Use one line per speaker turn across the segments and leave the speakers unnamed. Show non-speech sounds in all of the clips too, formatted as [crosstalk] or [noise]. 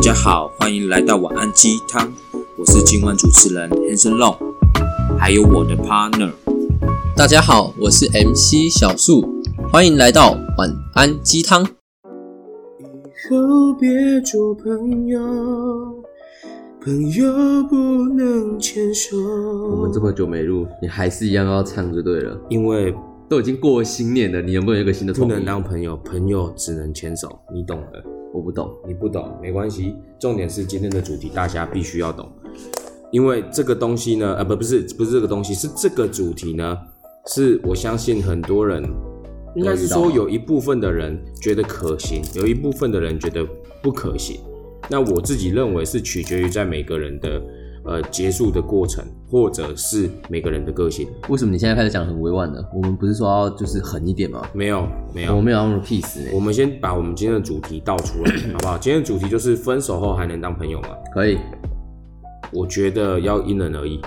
家好，欢迎来到晚安鸡汤，我是今晚主持人 Hanson Long，还有我的 partner。
大家好，我是 MC 小树，欢迎来到晚安鸡汤。
以后别做朋友，朋友不能牵手。
我们这么久没录，你还是一样要唱就对了。
因为
都已经过了新年了，你能不能有一个新的
不
统一？
能当朋友，朋友只能牵手，你懂的。
我不懂。
你不懂没关系，重点是今天的主题，大家必须要懂，因为这个东西呢，呃，不，不是，不是这个东西，是这个主题呢，是我相信很多人，应该是说有一部分的人觉得可行，有一部分的人觉得不可行。那我自己认为是取决于在每个人的呃结束的过程，或者是每个人的个性。
为什么你现在开始讲很委婉呢？我们不是说要就是狠一点吗？
没有，没有，
我们没有要那么 peace
我
呢。
们先把我们今天的主题倒出
[clears throat]
来，好不好？今天的主题就是分手后还能当朋友吗？
可以。
我觉得要因人而异。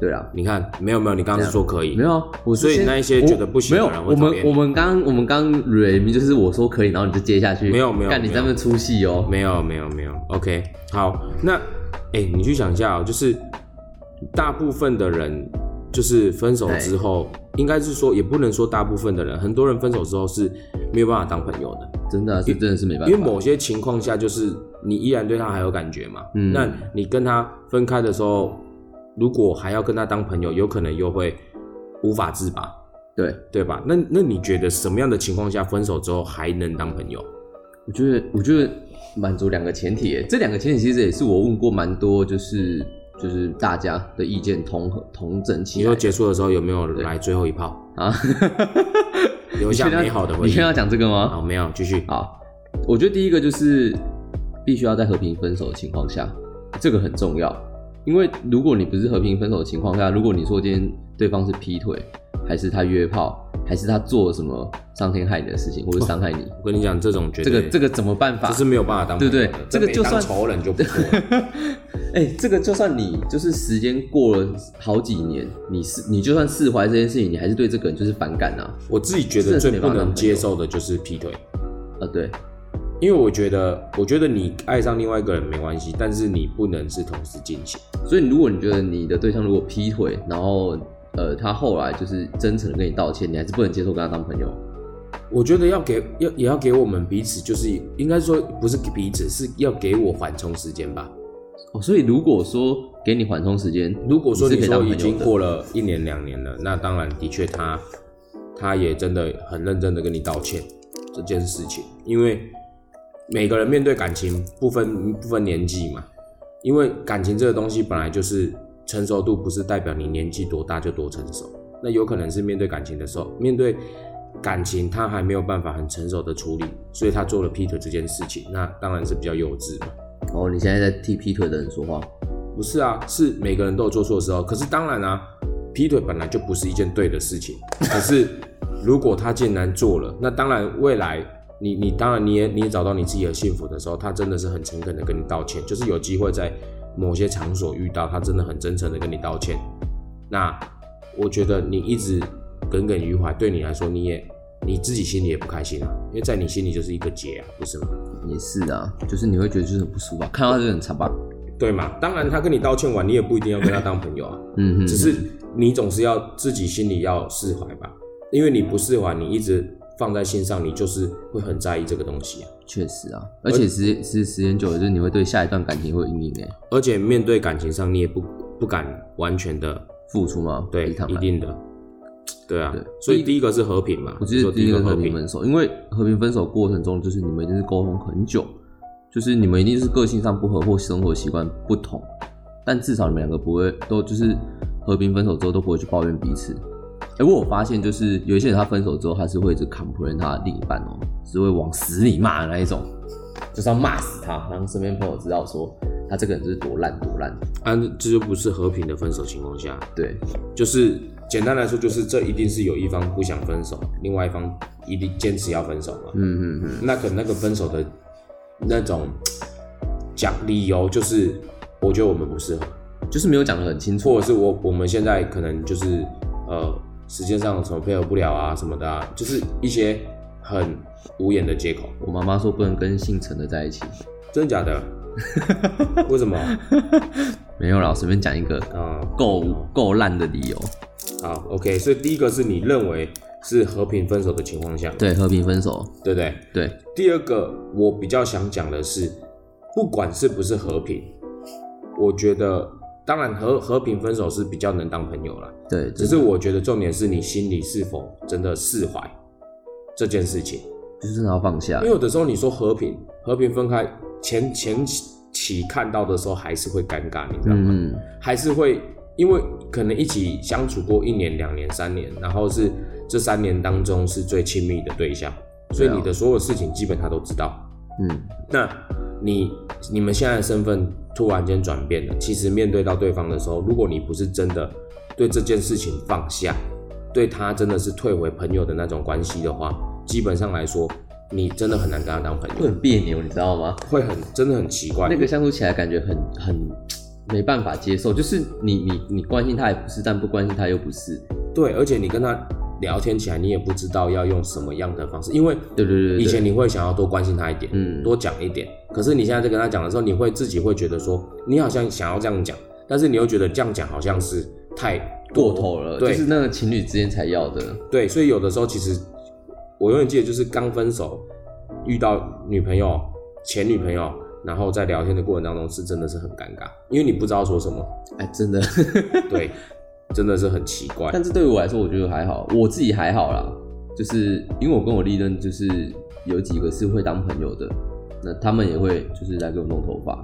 对啦，
你看，没有没有，你刚刚是说可以，
没有啊，我是
所以
先
那一些
我
觉得不行
没
的
有
人，会
我
怎么
们
样
我们刚我们刚蕊明就是我说可以，然后你就接下去。
没有没有
干
没
你
有
在那边出戏哦。
没有没有没有，OK，好，那哎、你去想一下哦，就是大部分的人就是分手之后，应该是说也不能说大部分的人，很多人分手之后是没有办法当朋友的，
真的啊，这真的是没办
因为
法。
某些情况下就是你依然对他还有感觉嘛，
嗯
那你跟他分开的时候，如果还要跟他当朋友，有可能又会无法自拔。
对，
对吧？那那你觉得什么样的情况下分手之后还能当朋友？
我觉得，我觉得满足两个前提耶，这两个前提其实也是我问过蛮多，就是就是大家的意见同和同整
你
起来
说结束的时候有没有来最后一炮， [laughs]
啊，
留下美好的回
你
忆
现在？要讲这个
好，
吗？
没有，继续。
好，我觉得第一个就是必须要在和平分手的情况下，这个很重要，因为如果你不是和平分手的情况下，如果你说今天对方是劈腿，还是他约炮，还是他做了什么伤天害理的事情，或者伤害你，
我跟你讲，这种绝
这
哦对
个这个怎么办法？
这是没有办法当朋
对
友
不
的，
对？这个
每
就
当
算
仇人就不错
[laughs]
了。
哎、这个就算你就是时间过了好几年，你是你就算释怀这件事情，你还是对这个人就是反感啊
我自己觉
真
得
的
最
是没
不
办法当
能
朋友
接受的就是劈腿，
啊！对，
因为我觉得，我觉得你爱上另外一个人没关系，但是你不能是同时进行。
所以如果你觉得你的对象如果劈腿，然后呃他后来就是真诚的跟你道歉，你还是不能接受跟他当朋友。
我觉得要给要也要给我们彼此，就是应该说不是给彼此，是要给我缓冲时间吧。
哦，所以如果说给你缓冲时间，
如果说
嗯你
你
是可以当
说
朋
已
友
经
的
过了一年两年了，那当然的确他他也真的很认真的跟你道歉这件事情，因为每个人面对感情不分不分年纪嘛，因为感情这个东西本来就是成熟度，不是代表你年纪多大就多成熟，那有可能是面对感情的时候，面对感情他还没有办法很成熟的处理，所以他做了劈腿这件事情，那当然是比较幼稚嘛。
哦，你现在在替劈腿的人说话，
不是啊，是每个人都有做错的时候。可是当然啊，劈腿本来就不是一件对的事情。可是如果他竟然做了，那当然未来你你当然你也你也找到你自己的幸福的时候，他真的是很诚恳的跟你道歉，就是有机会在某些场所遇到他真的很真诚的跟你道歉。那我觉得你一直耿耿于怀，对你来说你也你自己心里也不开心啊，因为在你心里就是一个结啊，不是吗？
也是啊，就是你会觉得就是很不舒服、啊，看到他就很惨吧？
对嘛？当然他跟你道歉完，你也不一定要跟他当朋友啊。
嗯哼，
只是你总是要自己心里要释怀吧，因为你不释怀，你一直放在心上，你就是会很在意这个东西啊。
确实啊，而且时间时时间久了，就是你会对下一段感情会有阴影哎，
而且面对感情上，你也不不敢完全的
付出吗？
对
非常，
一
难
定的，对啊
对。
所以第一个是和平嘛，
我觉
你说
得
第
第一
一
个
个
是
和
和平
平，
分手，因为和平分手过程中，就是你们一定是沟通很久，就是你们一定是个性上不合或生活习惯不同，但至少你们两个不会都就是和平分手之后都不会去抱怨彼此。哎、我有发现就是有一些人他分手之后，他是会一直 complain 他的另一半哦，是会往死里骂的那一种，就是要骂死他，让身边朋友知道说他这个人就是多烂多烂。
啊，这就不是和平的分手情况下，
对，
就是简单来说，就是这一定是有一方不想分手，另外一方一定坚持要分手嘛。
嗯嗯嗯，
那可能那个分手的那种讲理由就是，我觉得我们不适合，
嗯就是没有讲得很清楚
或
啊，
者是我我们现在可能就是呃时间上有什么配合不了啊什么的啊，就是一些很无言的借口，
我妈妈说不能跟姓陈的在一起。
真的假的？为什么？
没有啦，我随便讲一个
啊，
够够烂的理由。
好，OK，所以第一个是你认为是和平分手的情况下，
对，和平分手。
对不对？
对，
第二个我比较想讲的是，不管是不是和平，我觉得当然和和平分手是比较能当朋友啦。
对，
只是我觉得重点是你心里是否真的释怀这件事情，
就是真的要放下
因为。有的时候你说和平，和平分开前前期看到的时候还是会尴尬，你知道吗？
嗯，
还是会因为可能一起相处过一年、两年、三年，然后是这三年当中是最亲密的对象，所以
对啊
你的所有事情基本他都知道。
嗯，
那你你们现在的身份突然间转变了，其实面对到对方的时候，如果你不是真的对这件事情放下，对他真的是退回朋友的那种关系的话，基本上来说，你真的很难跟他当朋
会
友，
很别扭，你知道吗？
会很真的很奇怪。
那个相处起来感觉很很没办法接受，就是你你你关心他也不是，但不关心他又不是。
对，而且你跟他聊天起来，你也不知道要用什么样的方式，因为
对对对对
以前你会想要多关心他一点，
嗯
多讲一点。可是你现在在跟他讲的时候，你会自己会觉得说，你好像想要这样讲，但是你又觉得这样讲好像是太
过头了，就
对、
是那个情侣之间才要的。
对，所以有的时候其实我永远记得，就是刚分手遇到女朋友、前女朋友，然后在聊天的过程当中，是真的是很尴尬，因为你不知道说什么，
哎，真的。
[laughs] 对，真的是很奇怪。
[laughs] 但是对我来说，我觉得还好，我自己还好啦，就是因为我跟我历任就是有几个是会当朋友的，那他们也会就是来给我弄头发。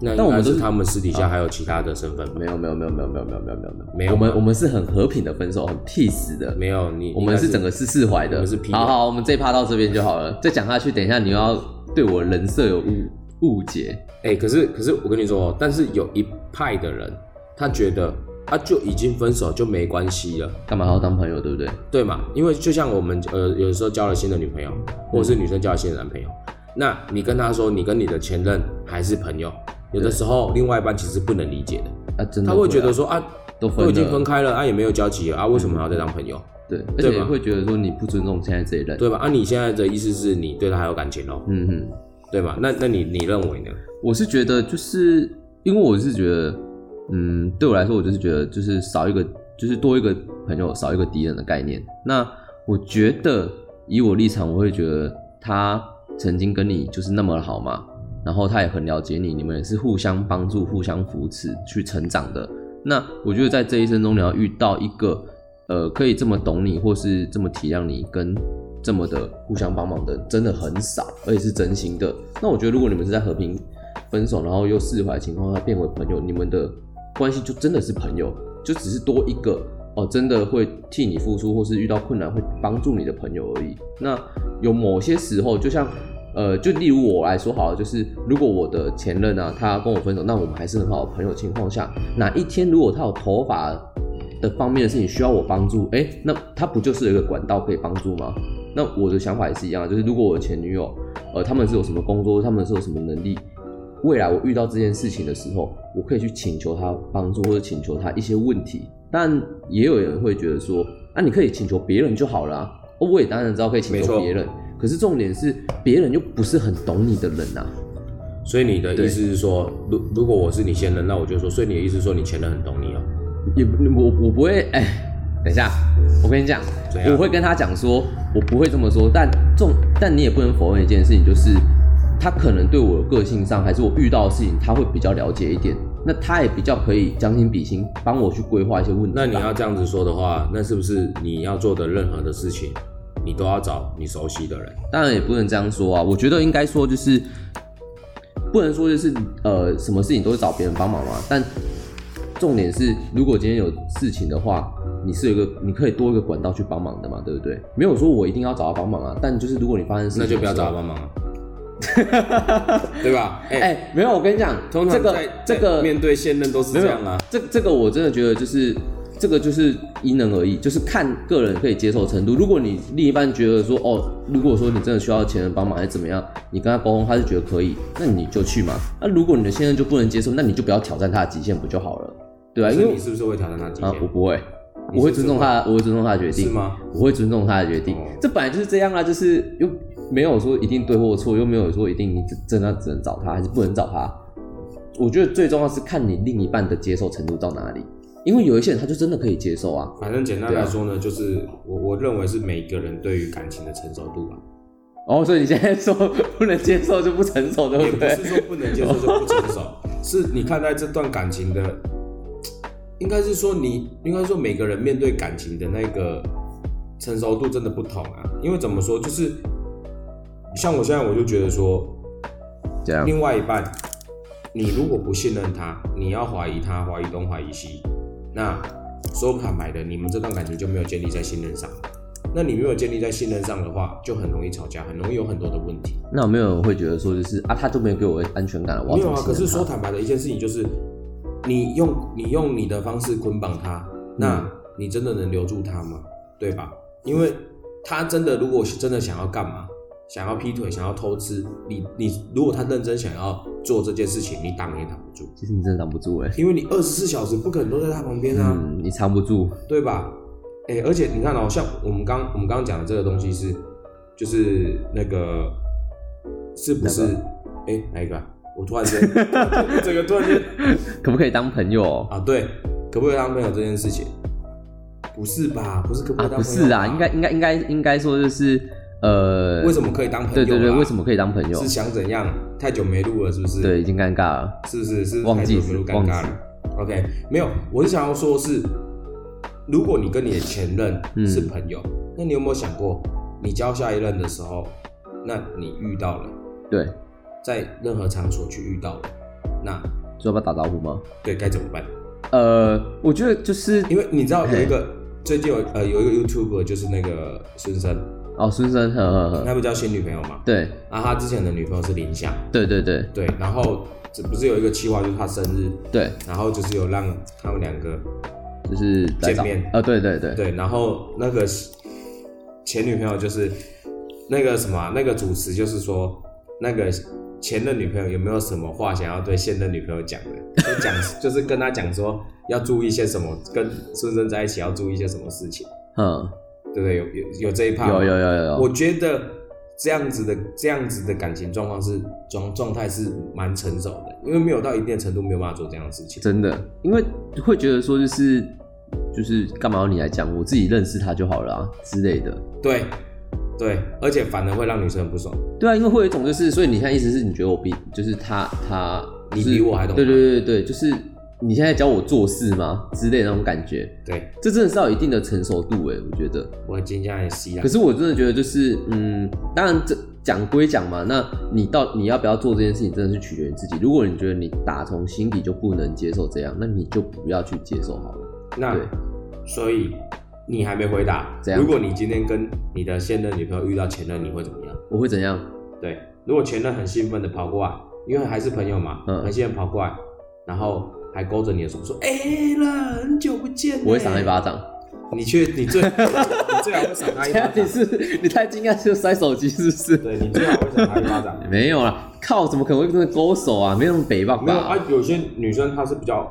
那
但
应
我们
该
都
是
是
他们私底下还有其他的身份吧？
没有没有没有没有没有没有没有
没
没有
有
我们
吗
我们是很和平的分手，很 peace 的，
没有，你
我们是整个
事
是释怀
我
的。
们是批的
好好，我们这一趴到这边就好了，再讲下去，等一下你又要对我人设有
嗯
误误解。
哎、可是可是我跟你说，哦，但是有一派的人，他觉得啊就已经分手就没关系了，
干嘛还要当朋友，对不对？
对嘛？因为就像我们呃有时候交了新的女朋友，或者是女生交了新的男朋友，那你跟他说你跟你的前任还是朋友，有的时候另外一半其实不能理解的，
啊，真的
他
会
会
啊
觉得说啊
都分
都已经
了
分开了啊也没有交集了啊为什么还要再当朋友，
对，而
对
且
吧
会觉得说你不尊重现在这一任。
对吧？啊你现在的意思是你对他还有感情喽，
嗯哼。
对吧？那那你你认为呢？
我是觉得，就是因为我是觉得，嗯，对我来说，我就是觉得，就是少一个，就是多一个朋友，少一个敌人的概念。那我觉得，以我立场，我会觉得他曾经跟你就是那么好嘛，然后他也很了解你，你们也是互相帮助、互相扶持去成长的。那我觉得在这一生中，你要遇到一个呃可以这么懂你，或是这么体谅你，跟这么的互相帮忙的，真的很少，而且是真心的。那我觉得，如果你们是在和平分手，然后又释怀的情况下变回朋友，你们的关系就真的是朋友，就只是多一个哦，真的会替你付出，或是遇到困难会帮助你的朋友而已。那有某些时候，就像呃，就例如我来说好了，就是如果我的前任啊，他跟我分手，那我们还是很好的朋友情况下，哪一天如果他有头发的方面的事情需要我帮助，哎、那他不就是有一个管道可以帮助吗？那我的想法也是一样的，就是如果我的前女友，呃，他们是有什么工作，他们是有什么能力，未来我遇到这件事情的时候，我可以去请求他帮助，或者请求他一些问题。但也有人会觉得说，啊，你可以请求别人就好了、啊。哦我也当然知道可以请
没
求
错
别人，可是重点是别人又不是很懂你的人啊呐、
所以你的
对
意思是说，如如果我是你前任，那我就说，所以你的意思是说你前任很懂你哦、
也不我我不会哎、等一下，我跟你讲
怎，样
我会跟他讲说，我不会这么说，但重但你也不能否认一件事情，就是他可能对我的个性上，还是我遇到的事情，他会比较了解一点，那他也比较可以将心比心，帮我去规划一些问题
那
吧。
你要这样子说的话，那是不是你要做的任何的事情，你都要找你熟悉的人？
当然也不能这样说啊，我觉得应该说就是，不能说就是呃什么事情都是找别人帮忙嘛。但重点是，如果今天有事情的话，你是有一个你可以多一个管道去帮忙的嘛，对不对？没有说我一定要找他帮忙啊，但就是如果你发现事情
那
的
就
时候，
不要找他帮忙啊，对
[laughs]
吧？哎、
哎、没有，我跟你讲，
通常
这个
在
这
在
个
面对现任都是这样啊。
这这个我真的觉得就是这个就是因人而异，就是看个人可以接受程度。如果你另一半觉得说哦，如果说你真的需要前任帮忙还是怎么样，你跟他沟通，他是觉得可以，那你就去嘛。那、如果你的现任就不能接受，那你就不要挑战他的极限不就好了？对啊，因
因为
为
你是不是会挑战他极限？
啊，我不会，
你是
我会尊重他，我会尊重他的决定，
是吗？
我会尊重他的决定
哦，
这本来就是这样啊，就是又没有说一定对或错，又没有说一定你真的只能找他还是不能找他。我觉得最重要是看你另一半的接受程度到哪里，因为有一些人他就真的可以接受啊。
反正简单来说呢，就是我我认为是每个人对于感情的成熟度啊吧，
哦，所以你现在说不能接受就不成熟， [laughs] 对
也
不
不
对
[laughs] 是？说不能接受就不成熟，是你看待这段感情的，应该是说你应该说每个人面对感情的那个成熟度真的不同啊，因为怎么说就是，像我现在我就觉得说，
这样
另外一半，你如果不信任他，你要怀疑他，怀疑东怀疑西，那说坦白的，你们这段感情就没有建立在信任上。那你没有建立在信任上的话，就很容易吵架，很容易有很多的问题。
那有没有人会觉得说就是啊，他都没有给我安全感了，我要
没
怎
有
么
啊，可
信
是
任他
说坦白的一件事情就是，你用你用你的方式捆绑他，那你真的能留住他吗？对吧？因为他真的如果是真的想要干嘛，想要劈腿，想要偷吃，你你如果他认真想要做这件事情，你挡也挡不住。
其实你真的挡不住哎、
因为你二十四小时不可能都在他旁边啊，
嗯，你藏不住， [laughs]
对吧？哎、而且你看哦，像我们刚我们刚刚讲的这个东西是，就是那个是不是？哎、哪一个啊、我突然间， [laughs] 这个突然间
可不可以当朋友？
啊，对，可不可以当朋友这件事情？不是吧？不是可不可
啊，
以当朋友、
不是啊，应该应该应该应该说就是呃，
为什么可以当朋友啊？
对对对，为什么可以当朋友
是？想怎样？太久没录了，是不是？
对，已经尴尬了。
是不是是
忘记
太久没有
忘
尴
记
尬了。OK，没有，我是想要说是，如果你跟你的前任
嗯
是朋友，那你有没有想过，你交下一任的时候，那你遇到了，
对，
在任何场所去遇到了，那
就要不要打招呼吗？
对该怎么办？
呃，我觉得就是
因为你知道有一个最近有呃有一个 YouTuber 就是那个孙生，
哦，孙生，呵呵呵，
他不交新女朋友嘛，
对
啊，他之前的女朋友是林夏，
对对对
对，然后这不是有一个计划就是他生日，
对，
然后就是有让他们两个
就是来找
见面
啊，对对对，
对，然后那个前女朋友就是那个什么啊、那个主持就是说，那个前任女朋友有没有什么话想要对现任女朋友讲的？ [laughs] 就讲就是跟她讲说要注意一些什么，跟孙生在一起要注意一些什么事情，
嗯，
对不对？有有有这一趴吗，
有有有有有，
我觉得这样子的这样子的感情状况是状状态是蛮成熟的，因为没有到一定的程度没有办法做这样的事情。
真的，因为会觉得说就是就是干嘛要你来讲，我自己认识他就好了啊之类的。
对对，而且反而会让女生很不爽。
对啊，因为会有一种就是，所以你现在意思是你觉得我比就是他他
你
就是
比我还懂
对对对对，就是你现在教我做事吗之类的那种感觉，
对
这真的是要有一定的成熟度哎，我觉得。
我今天也吸了
可。是我真的觉得就是，嗯，当然这讲归讲嘛，那你到你要不要做这件事情，真的是取决于自己。如果你觉得你打从心底就不能接受这样，那你就不要去接受好了。
那
对
所以你还没回答
怎，样
如果你今天跟你的现任女朋友遇到前任，你会怎么样？
我会怎样？
对，如果前任很兴奋的跑过来，因为还是朋友嘛，
嗯
很兴奋跑过来，然后还勾着你的手说：“哎、了，很久不见、
我会赏他一。巴掌。
你去，你最 [laughs] 你最好会赏他一巴
[laughs] 你
掌。
是你太惊讶就摔手机是不是？
对你最好会赏他一巴
[laughs]
掌。
没有啦，靠，怎么可能会真的勾手啊？没有那么北吧？
没有啊，有些女生她是比较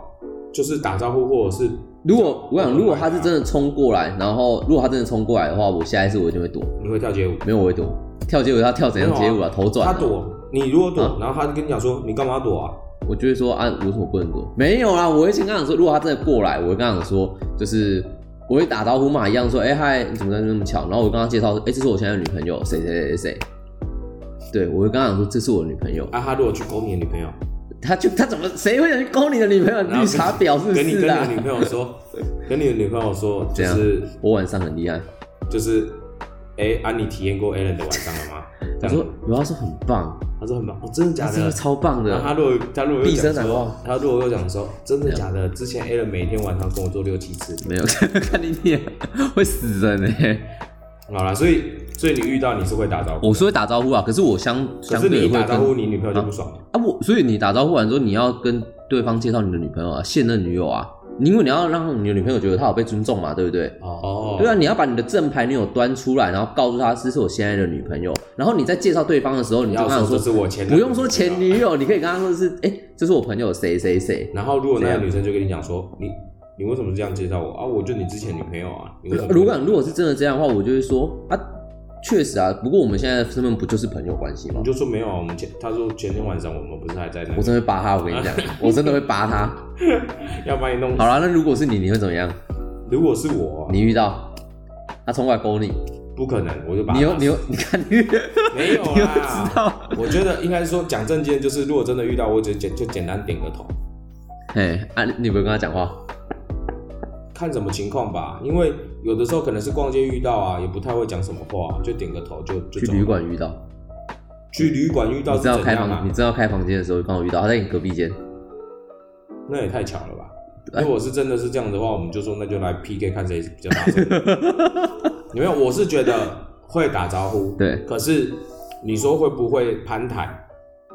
就是打招呼或者是
如果我想，
啊
如果他是真的冲过来，然后如果他真的冲过来的话，我下一次我就会躲。
你会跳街舞，
没有，我会躲。跳街舞，他跳怎样街舞啊？头转、
她
啊。。
躲你如果躲，
啊
然后她就跟你讲说你干嘛躲啊？
我就会说啊，我为什么不能躲？没有啊啦，我会先跟他讲说，如果他真的过来，我会跟他讲说，就是我会打招呼嘛，一样说，哎、嗨，你怎么在那么巧？然后我跟他介绍说，哎、这是我现在的女朋友，谁谁谁谁谁。对，我会跟他讲说，这是我的女朋友。
啊，她如果去勾你的女朋友，
他就他怎么谁会想去勾你的女朋友？
然后
[laughs] 绿茶婊是不啊
跟你
是
跟
啦
你？女朋友
[laughs]
说，跟你的女朋友说，就
怎样
是
我晚上很厉害。
就是，哎、啊，你体验过 Alan 的晚上了吗？
我
这
说
样，
有啊他说很棒，
他说很棒，哦，真的假
他真的
的？
超棒
然
的
后。他如果他如果又
毕生
讲
难
说
忘，
他如果又讲说，真的假的？之前 Alan 每天晚上跟我做六七次。
没有， [laughs] 看你脸会死人呢、
好啦，所以所以你遇到你是会打招呼，
我是会打招呼啊，可是我相
可
相
是你
对
一
会
打
跟
招呼，你女朋友就不爽了。
啊，我所以你打招呼完之后，你要跟对方介绍你的女朋友啊，现任女友啊，因为你要让你的女朋友觉得她有被尊重嘛，对不对？
哦
对啊，，你要把你的正牌女友端出来，然后告诉她这是我现在的女朋友，然后你在介绍对方的时候，你
你
就
要
跟她
说
说
这，是我前任，
不用说前女友，你可以跟她说是，哎、这是我朋友谁谁谁。
然后如果那
怎
个
样
女生就跟你讲说，你你为什么这样介绍我啊？我就你之前女朋友啊，你为什么？
如果如果是真的这样的话，我就会说啊，确实啊，不过我们现在身份不就是朋友关系吗
你？就说没有啊，我们前他说前天晚上我们不是还在那
我
里，
真的会扒他，我
[laughs]
跟你讲，我真的会扒他。
要把你弄死
好。啦，那如果是你，你会怎么样？
如果是我啊，
你遇到他冲过来勾你，
不可能，我就把他
你又
打死
你又你看你，
没有
你又知
啦。
道？
我觉得应该是说讲证件，就是如果真的遇到，我就简就简单点个头，
哎，啊，你不会跟他讲话？
看什么情况吧。因为有的时候可能是逛街遇到啊，也不太会讲什么话，啊就点个头就就
去
走
旅馆遇到，
去旅馆遇到
你
是
知道
怎
开
样
房，
啊
你？知道开房间的时候刚好遇到，他在你隔壁间，
那也太巧了吧！
哎
如果是真的是这样的话，我们就说那就来 PK 看谁比较大
[laughs]
声。有没有？我是觉得会打招呼，
对
可是你说会不会攀谈，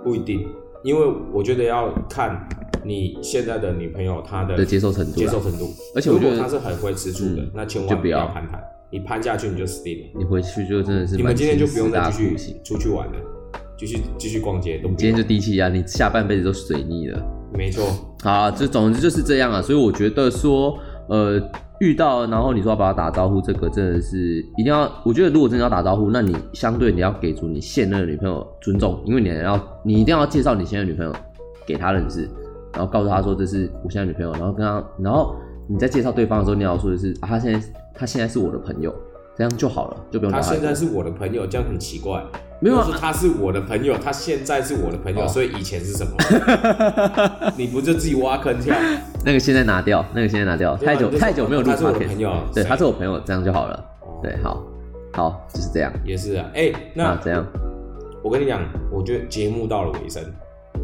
不一定，因为我觉得要看你现在的女朋友她的
的接受程度啦
接受程度。
而且我觉得
如果她是很会吃醋的，
嗯
那千
就
万
不
不
要
要攀谈，你攀下去你就死定了。
你回去就真的是
你们今天就不用再
大
继
酷
续
刑。
出去玩了，继续继续逛街都不
你今天
用。
就低气压，你下半辈子都水逆了。
没错，
好啊，这总之就是这样啊。所以我觉得说，呃，遇到然后你说要把他打招呼，这个真的是一定要。我觉得如果真的要打招呼，那你相对你要给足你现任的女朋友尊重，因为你还要你一定要介绍你现任女朋友给他认识，然后告诉他说这是我现在女朋友，然后跟他，然后你在介绍对方的时候，你要说的是、啊、他现在他现在是我的朋友，这样就好了，就不用
她
打
现在是我的朋友，这样很奇怪。
没有
如
啊
果说他是我的朋友，他现在是我的朋友，
哦
所以以前是什
[laughs]
么？你不就自己挖坑跳？
那个现在拿掉，那个现在拿掉，
对啊
[laughs] 太久
你就说
太久没有录
他是我的
podcast
朋友啊
对，
谁
他是我朋友，这样就好了。
哦
对，好，好，就是这样。
也是啊。哎、
那
那
怎样？
我跟你讲，我觉得节目到了尾声，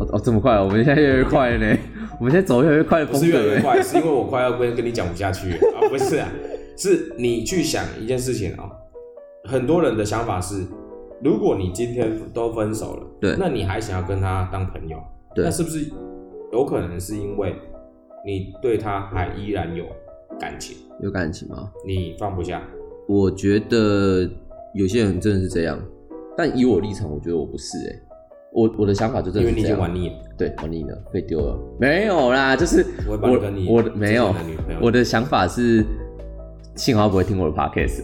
哦哦，这么快哦，我们现在越来越快了
[laughs]
呢，我们现在走越来越快的
不
风
是越来
格欸
越
了。
快，是因为我快要跟跟你讲不下去了啊，不是啊，是你去想一件事情啊、很多人的想法是，如果你今天都分手了，
对
那你还想要跟他当朋友，
对
那是不是有可能是因为你对他还依然有感情，
有感情吗？
你放不下？
我觉得有些人真的是这样，但以我立场，我觉得我不是哎、我我的想法就真
因为
的是
你已
这
经
样。
玩腻了。
对，玩腻了，被丢了。没有啦，就是
我会把你
我
跟你
我的没有
之前的女朋友
我的想法是，幸好他不会听我的 podcast。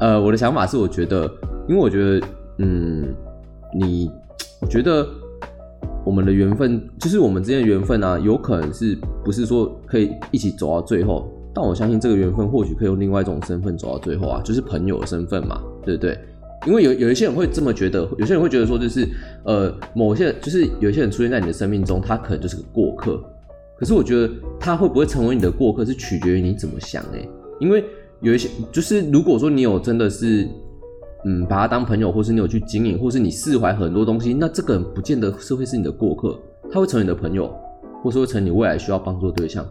呃，我的想法是，我觉得，因为我觉得，嗯，你，我觉得我们的缘分，就是我们之间的缘分啊，有可能是不是说可以一起走到最后？但我相信这个缘分或许可以用另外一种身份走到最后啊，就是朋友的身份嘛，对不对？因为有有一些人会这么觉得，有些人会觉得说，就是呃，某些就是有些人出现在你的生命中，他可能就是个过客。可是我觉得他会不会成为你的过客，是取决于你怎么想哎、因为有一些就是如果说你有真的是嗯把他当朋友，或是你有去经营，或是你释怀很多东西，那这个人不见得是会是你的过客，他会成为你的朋友，或是会成为你未来需要帮助的对象。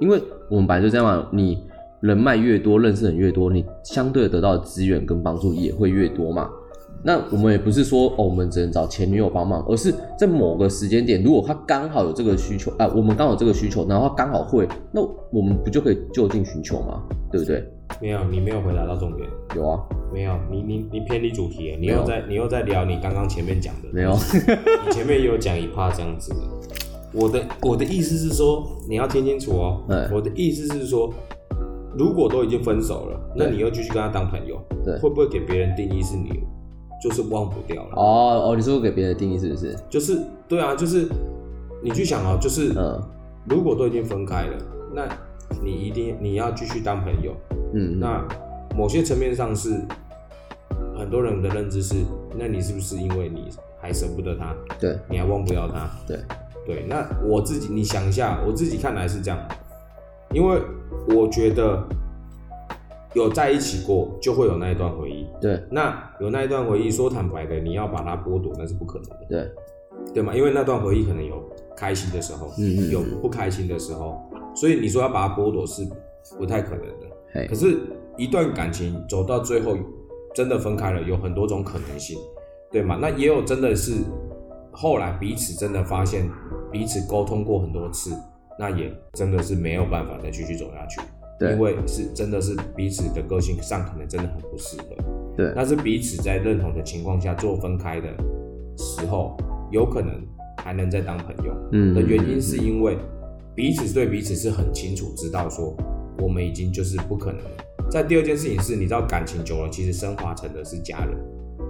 因为我们本来就这样嘛，你人脉越多，认识的人越多，你相对得到的资源跟帮助也会越多嘛。那我们也不是说哦，我们只能找前女友帮忙，而是在某个时间点，如果她刚好有这个需求，啊、我们刚好有这个需求，然后她刚好会，那我们不就可以就近寻求吗？对不对？
没有，你没有回答到重点。
有啊，
没有，你你你偏离主题了，你
没有
又在你又在聊你刚刚前面讲的。
没有， [laughs]
你前面也有讲一趴这样子的。我的我的意思是说，你要听清楚哦
哎。
我的意思是说，如果都已经分手了，那
对
你又继续跟他当朋友，
对
会不会给别人定义是你就是忘不掉了？
哦哦，你说给别人的定义是不是？
就是对啊，就是你去想哦，就是
嗯
如果都已经分开了，那你一定你要继续当朋友，
嗯，
那某些层面上是很多人的认知是，那你是不是因为你还舍不得他，
对
你还忘不掉他？
对
对，那我自己你想一下，我自己看来是这样，因为我觉得有在一起过，就会有那一段回忆。
对
那有那一段回忆，说坦白的，你要把它剥夺，那是不可能的，
对，
对吗？因为那段回忆可能有开心的时候，
嗯嗯嗯
有不开心的时候，所以你说要把它剥夺是不太可能的。
嘿
可，是，一段感情走到最后，真的分开了，有很多种可能性，对吗？那也有真的是后来彼此真的发现彼此沟通过很多次，那也真的是没有办法再继续走下去，
对
因为是真的是彼此的个性上可能真的很不适合，
对
那是彼此在认同的情况下做分开的时候，有可能还能再当朋友。
嗯
的原因是因为彼此对彼此是很清楚知道说我们已经就是不可能了，在第二件事情是，你知道感情久了，其实升华成的是家人，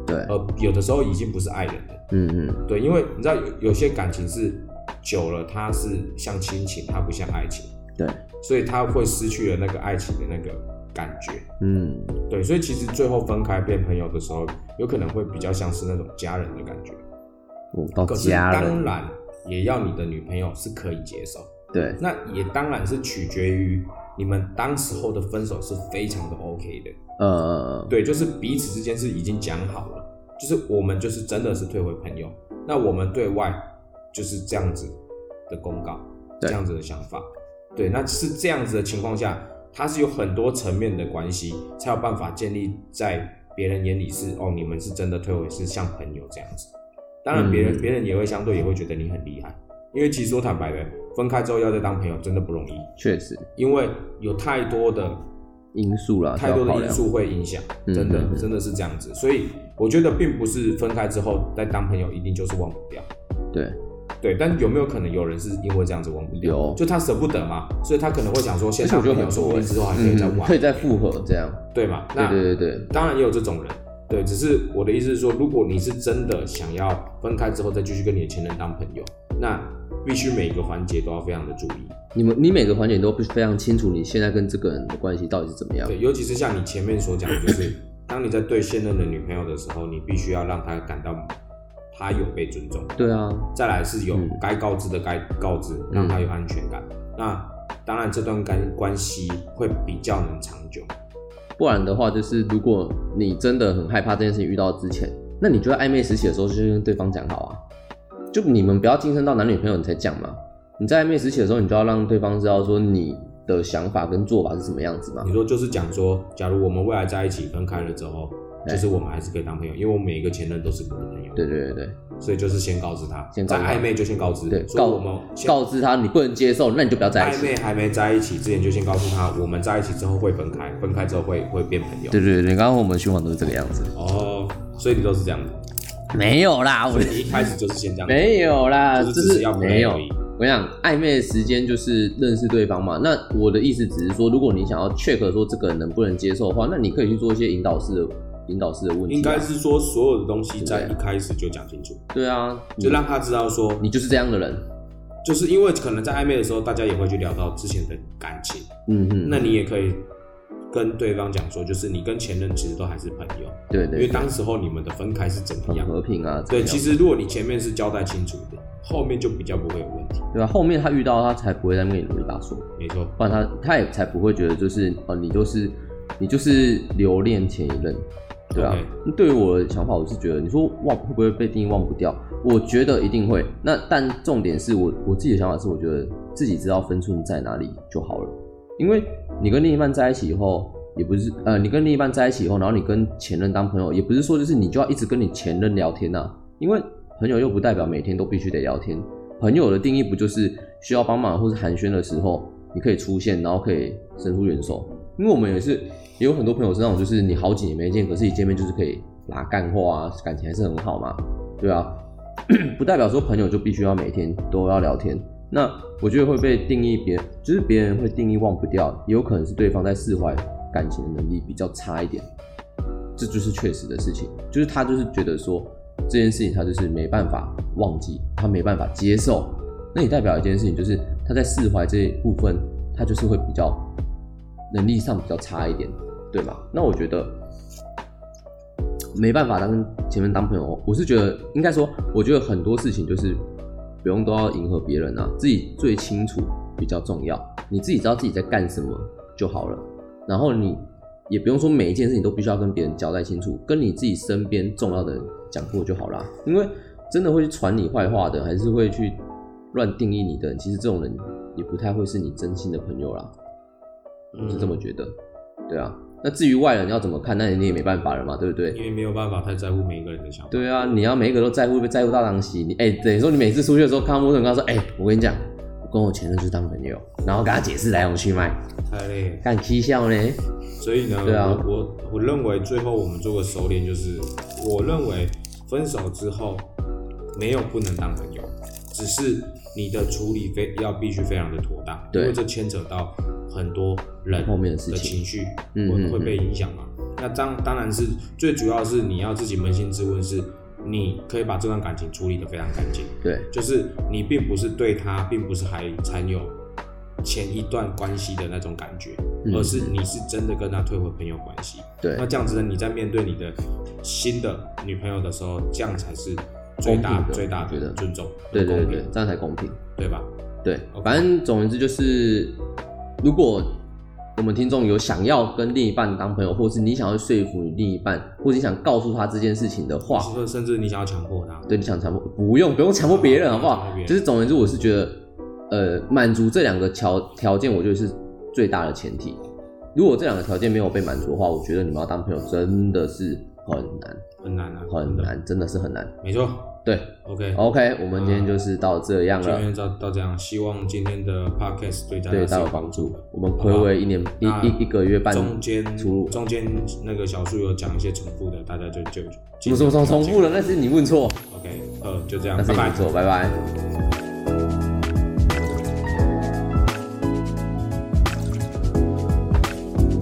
对，
而有的时候已经不是爱人了。
嗯嗯，
对，因为你知道有有些感情是久了，它是像亲情，它不像爱情，
对，
所以它会失去了那个爱情的那个感觉。
嗯，
对，所以其实最后分开变朋友的时候，有可能会比较像是那种家人的感觉。
我到
可是
家
当
了，
然也要你的女朋友是可以接受，
对，
那也当然是取决于你们当时候的分手是非常的 OK 的。
呃，
对，就是彼此之间是已经讲好了，就是我们就是真的是退回朋友，那我们对外就是这样子的公告，
对
这样子的想法，对，那是这样子的情况下，它是有很多层面的关系，才有办法建立在别人眼里是哦，你们是真的退回是像朋友这样子，当然别人、
嗯
别人也会相对也会觉得你很厉害，因为其实说坦白的，分开之后要再当朋友真的不容易，
确实
因为有太多的
因素啦，
太多
需要
的
考
因
量，
素会影响，
啊嗯
真的
嗯嗯
真的是这样子。所以我觉得并不是分开之后再当朋友一定就是忘不掉，
对，
对。但有没有可能有人是因为这样子忘不掉？
有
就他舍不得嘛，所以他可能会想说，
而
先
且
当
我觉
朋
得
友，
很
说
多
不定
欸，
之后还啊可以再
嗯
玩，
可以再复合这样，
对嘛？
对
那
对对对，
当然也有这种人，对。只是我的意思是说，如果你是真的想要分开之后再继续跟你的前任当朋友，那必须每个环节都要非常的注意。
你们你每个环节都不非常清楚你现在跟这个人的关系到底是怎么样，
对，尤其是像你前面所讲的，就是 [coughs] 当你在对现任的女朋友的时候，你必须要让她感到她有被尊重，
对啊，
再来是有
嗯
该告知的该告知，让她有安全感。那当然，这段关关系会比较能长久。
不然的话就是如果你真的很害怕这件事情遇到之前，那你就在暧昧时期的时候就跟对方讲好啊，就你们不要晋升到男女朋友你才讲嘛，你在暧昧时期的时候你就要让对方知道说你的想法跟做法是什么样子嘛
你，说就是讲说，假如我们未来在一起分开了之后，
对
就是我们还是可以当朋友，因为我每一个前任都是我的朋友，
对对对对
所以就是先告知他，
先告
在
知她
暧昧就先告知，
对，
所以我
告
们先
告知他你不能接受，那你就不要在一
暧
起，
昧还没在一起之前，就先告诉他，我们在一起之后会分开，分开之后会会变朋友。
对对对，刚刚我们循环都是这个样子，
哦，所以你都是这样子，
没有啦，我
你一开始就是先这样子，
没有啦，
就是
就
啊只是
是
要
没有
而已。
我想暧昧的时间就是认识对方嘛。那我的意思只是说，如果你想要 check 说这个人能不能接受的话，那你可以去做一些引导式的引导式的问题啊、
应该是说所有的东西在一开始就讲清楚，
对啊，
就
你
让他知道说，
你就是这样的人。
嗯就是因为可能在暧昧的时候，大家也会去聊到之前的感情，
嗯哼，
那你也可以跟对方讲说，就是你跟前任其实都还是朋友，
对
因为
对对，
当时候你们的分开是怎么
很
样？
和平啊，
对，
怎么样
其实如果你前面是交代清楚的，后面就比较不会有问题。
对吧、啊后面他遇到他才不会再跟你啰里吧嗦，
没错，
不然他他也才不会觉得就是哦，你就是你就是留恋前一任，对啊。对于我的想法，我是觉得你说忘会不会被定义忘不掉？我觉得一定会。那但重点是我我自己的想法是，我觉得自己知道分寸在哪里就好了。因为你跟另一半在一起以后，也不是呃，你跟另一半在一起以后，然后你跟前任当朋友，也不是说就是你就要一直跟你前任聊天呐、因为朋友又不代表每天都必须得聊天。朋友的定义不就是需要帮忙或是寒暄的时候，你可以出现，然后可以伸出援手。因为我们也是也有很多朋友是那种，就是你好几年没见，可是一见面就是可以拉干话啊，感情还是很好嘛，对啊。 [coughs] 不代表说朋友就必须要每天都要聊天。那我觉得会被定义别，就是别人会定义忘不掉，也有可能是对方在释怀感情的能力比较差一点，这就是确实的事情。就是他就是觉得说这件事情他就是没办法忘记，他没办法接受。那也代表一件事情，就是他在释怀这一部分，他就是会比较能力上比较差一点，对吧？那我觉得没办法当前面当朋友，我是觉得应该说，我觉得很多事情就是不用都要迎合别人啊，自己最清楚比较重要，你自己知道自己在干什么就好了。然后你也不用说每一件事情都必须要跟别人交代清楚，跟你自己身边重要的人讲过就好啦。因为真的会去传你坏话的，还是会去乱定义你的人，其实这种人也不太会是你真心的朋友啦。
嗯
我是这么觉得，对啊。那至于外人要怎么看，那你也没办法了嘛，对不对？
因为没有办法太在乎每一个人的想法。
对啊，你要每一个都在乎，被在乎到当洗。你哎、等于说你每次出去的时候，看到陌生人，跟他说：“哎、我跟你讲，我跟我前任就是当朋友。”然后跟他解释来龙去脉，
太累了。
干 K 笑呢？
所以呢，
对啊
我我我认为最后我们做个收敛，就是我认为分手之后没有不能当朋友，只是你的处理非要必须非常的妥当，
对
因为这牵扯到很多人
后面的事情
情绪
嗯
会
嗯
会被影响嘛。那当当然是最主要是你要自己扪心自问，是你可以把这段感情处理得非常干净，
对，
就是你并不是对他，并不是还残有前一段关系的那种感觉，
嗯
而是你是真的跟他退回朋友关系。
对
那这样子呢，你在面对你的新的女朋友的时候，这样才是最大
公平的
最大
我觉
的
得
尊重，
对对
公
对
平，，
这样才公平。
对吧？
对
OK，
反正总而言之就是，如果我们听众有想要跟另一半当朋友，或是你想要说服你另一半，或是你想告诉他这件事情的话，
或者甚至你想要强迫他，
对，你想强迫不用不用强迫别人好不
不用强
好
迫别？人
就是总而言之，我是觉得，呃，满足这两个条条件，我觉得是最大的前提。如果这两个条件没有被满足的话，我觉得你们要当朋友真的是很难，
很难啊，
很
真的，
难，真的是很难。
没错。
对
OK，
，OK，我们今天就是到这样
今
了，
天到到这样，希望今天的 podcast 对大家
对，
是
大家
有
有帮助
的。。
我们暌违一年一
那
一一个月半，
中间
出入
中间那个小树有讲一些重复的，大家就就
什么什么什么重复了？那是你问错，
？OK，呃，就这样，
那是
拜
你
拜
问。错，拜拜。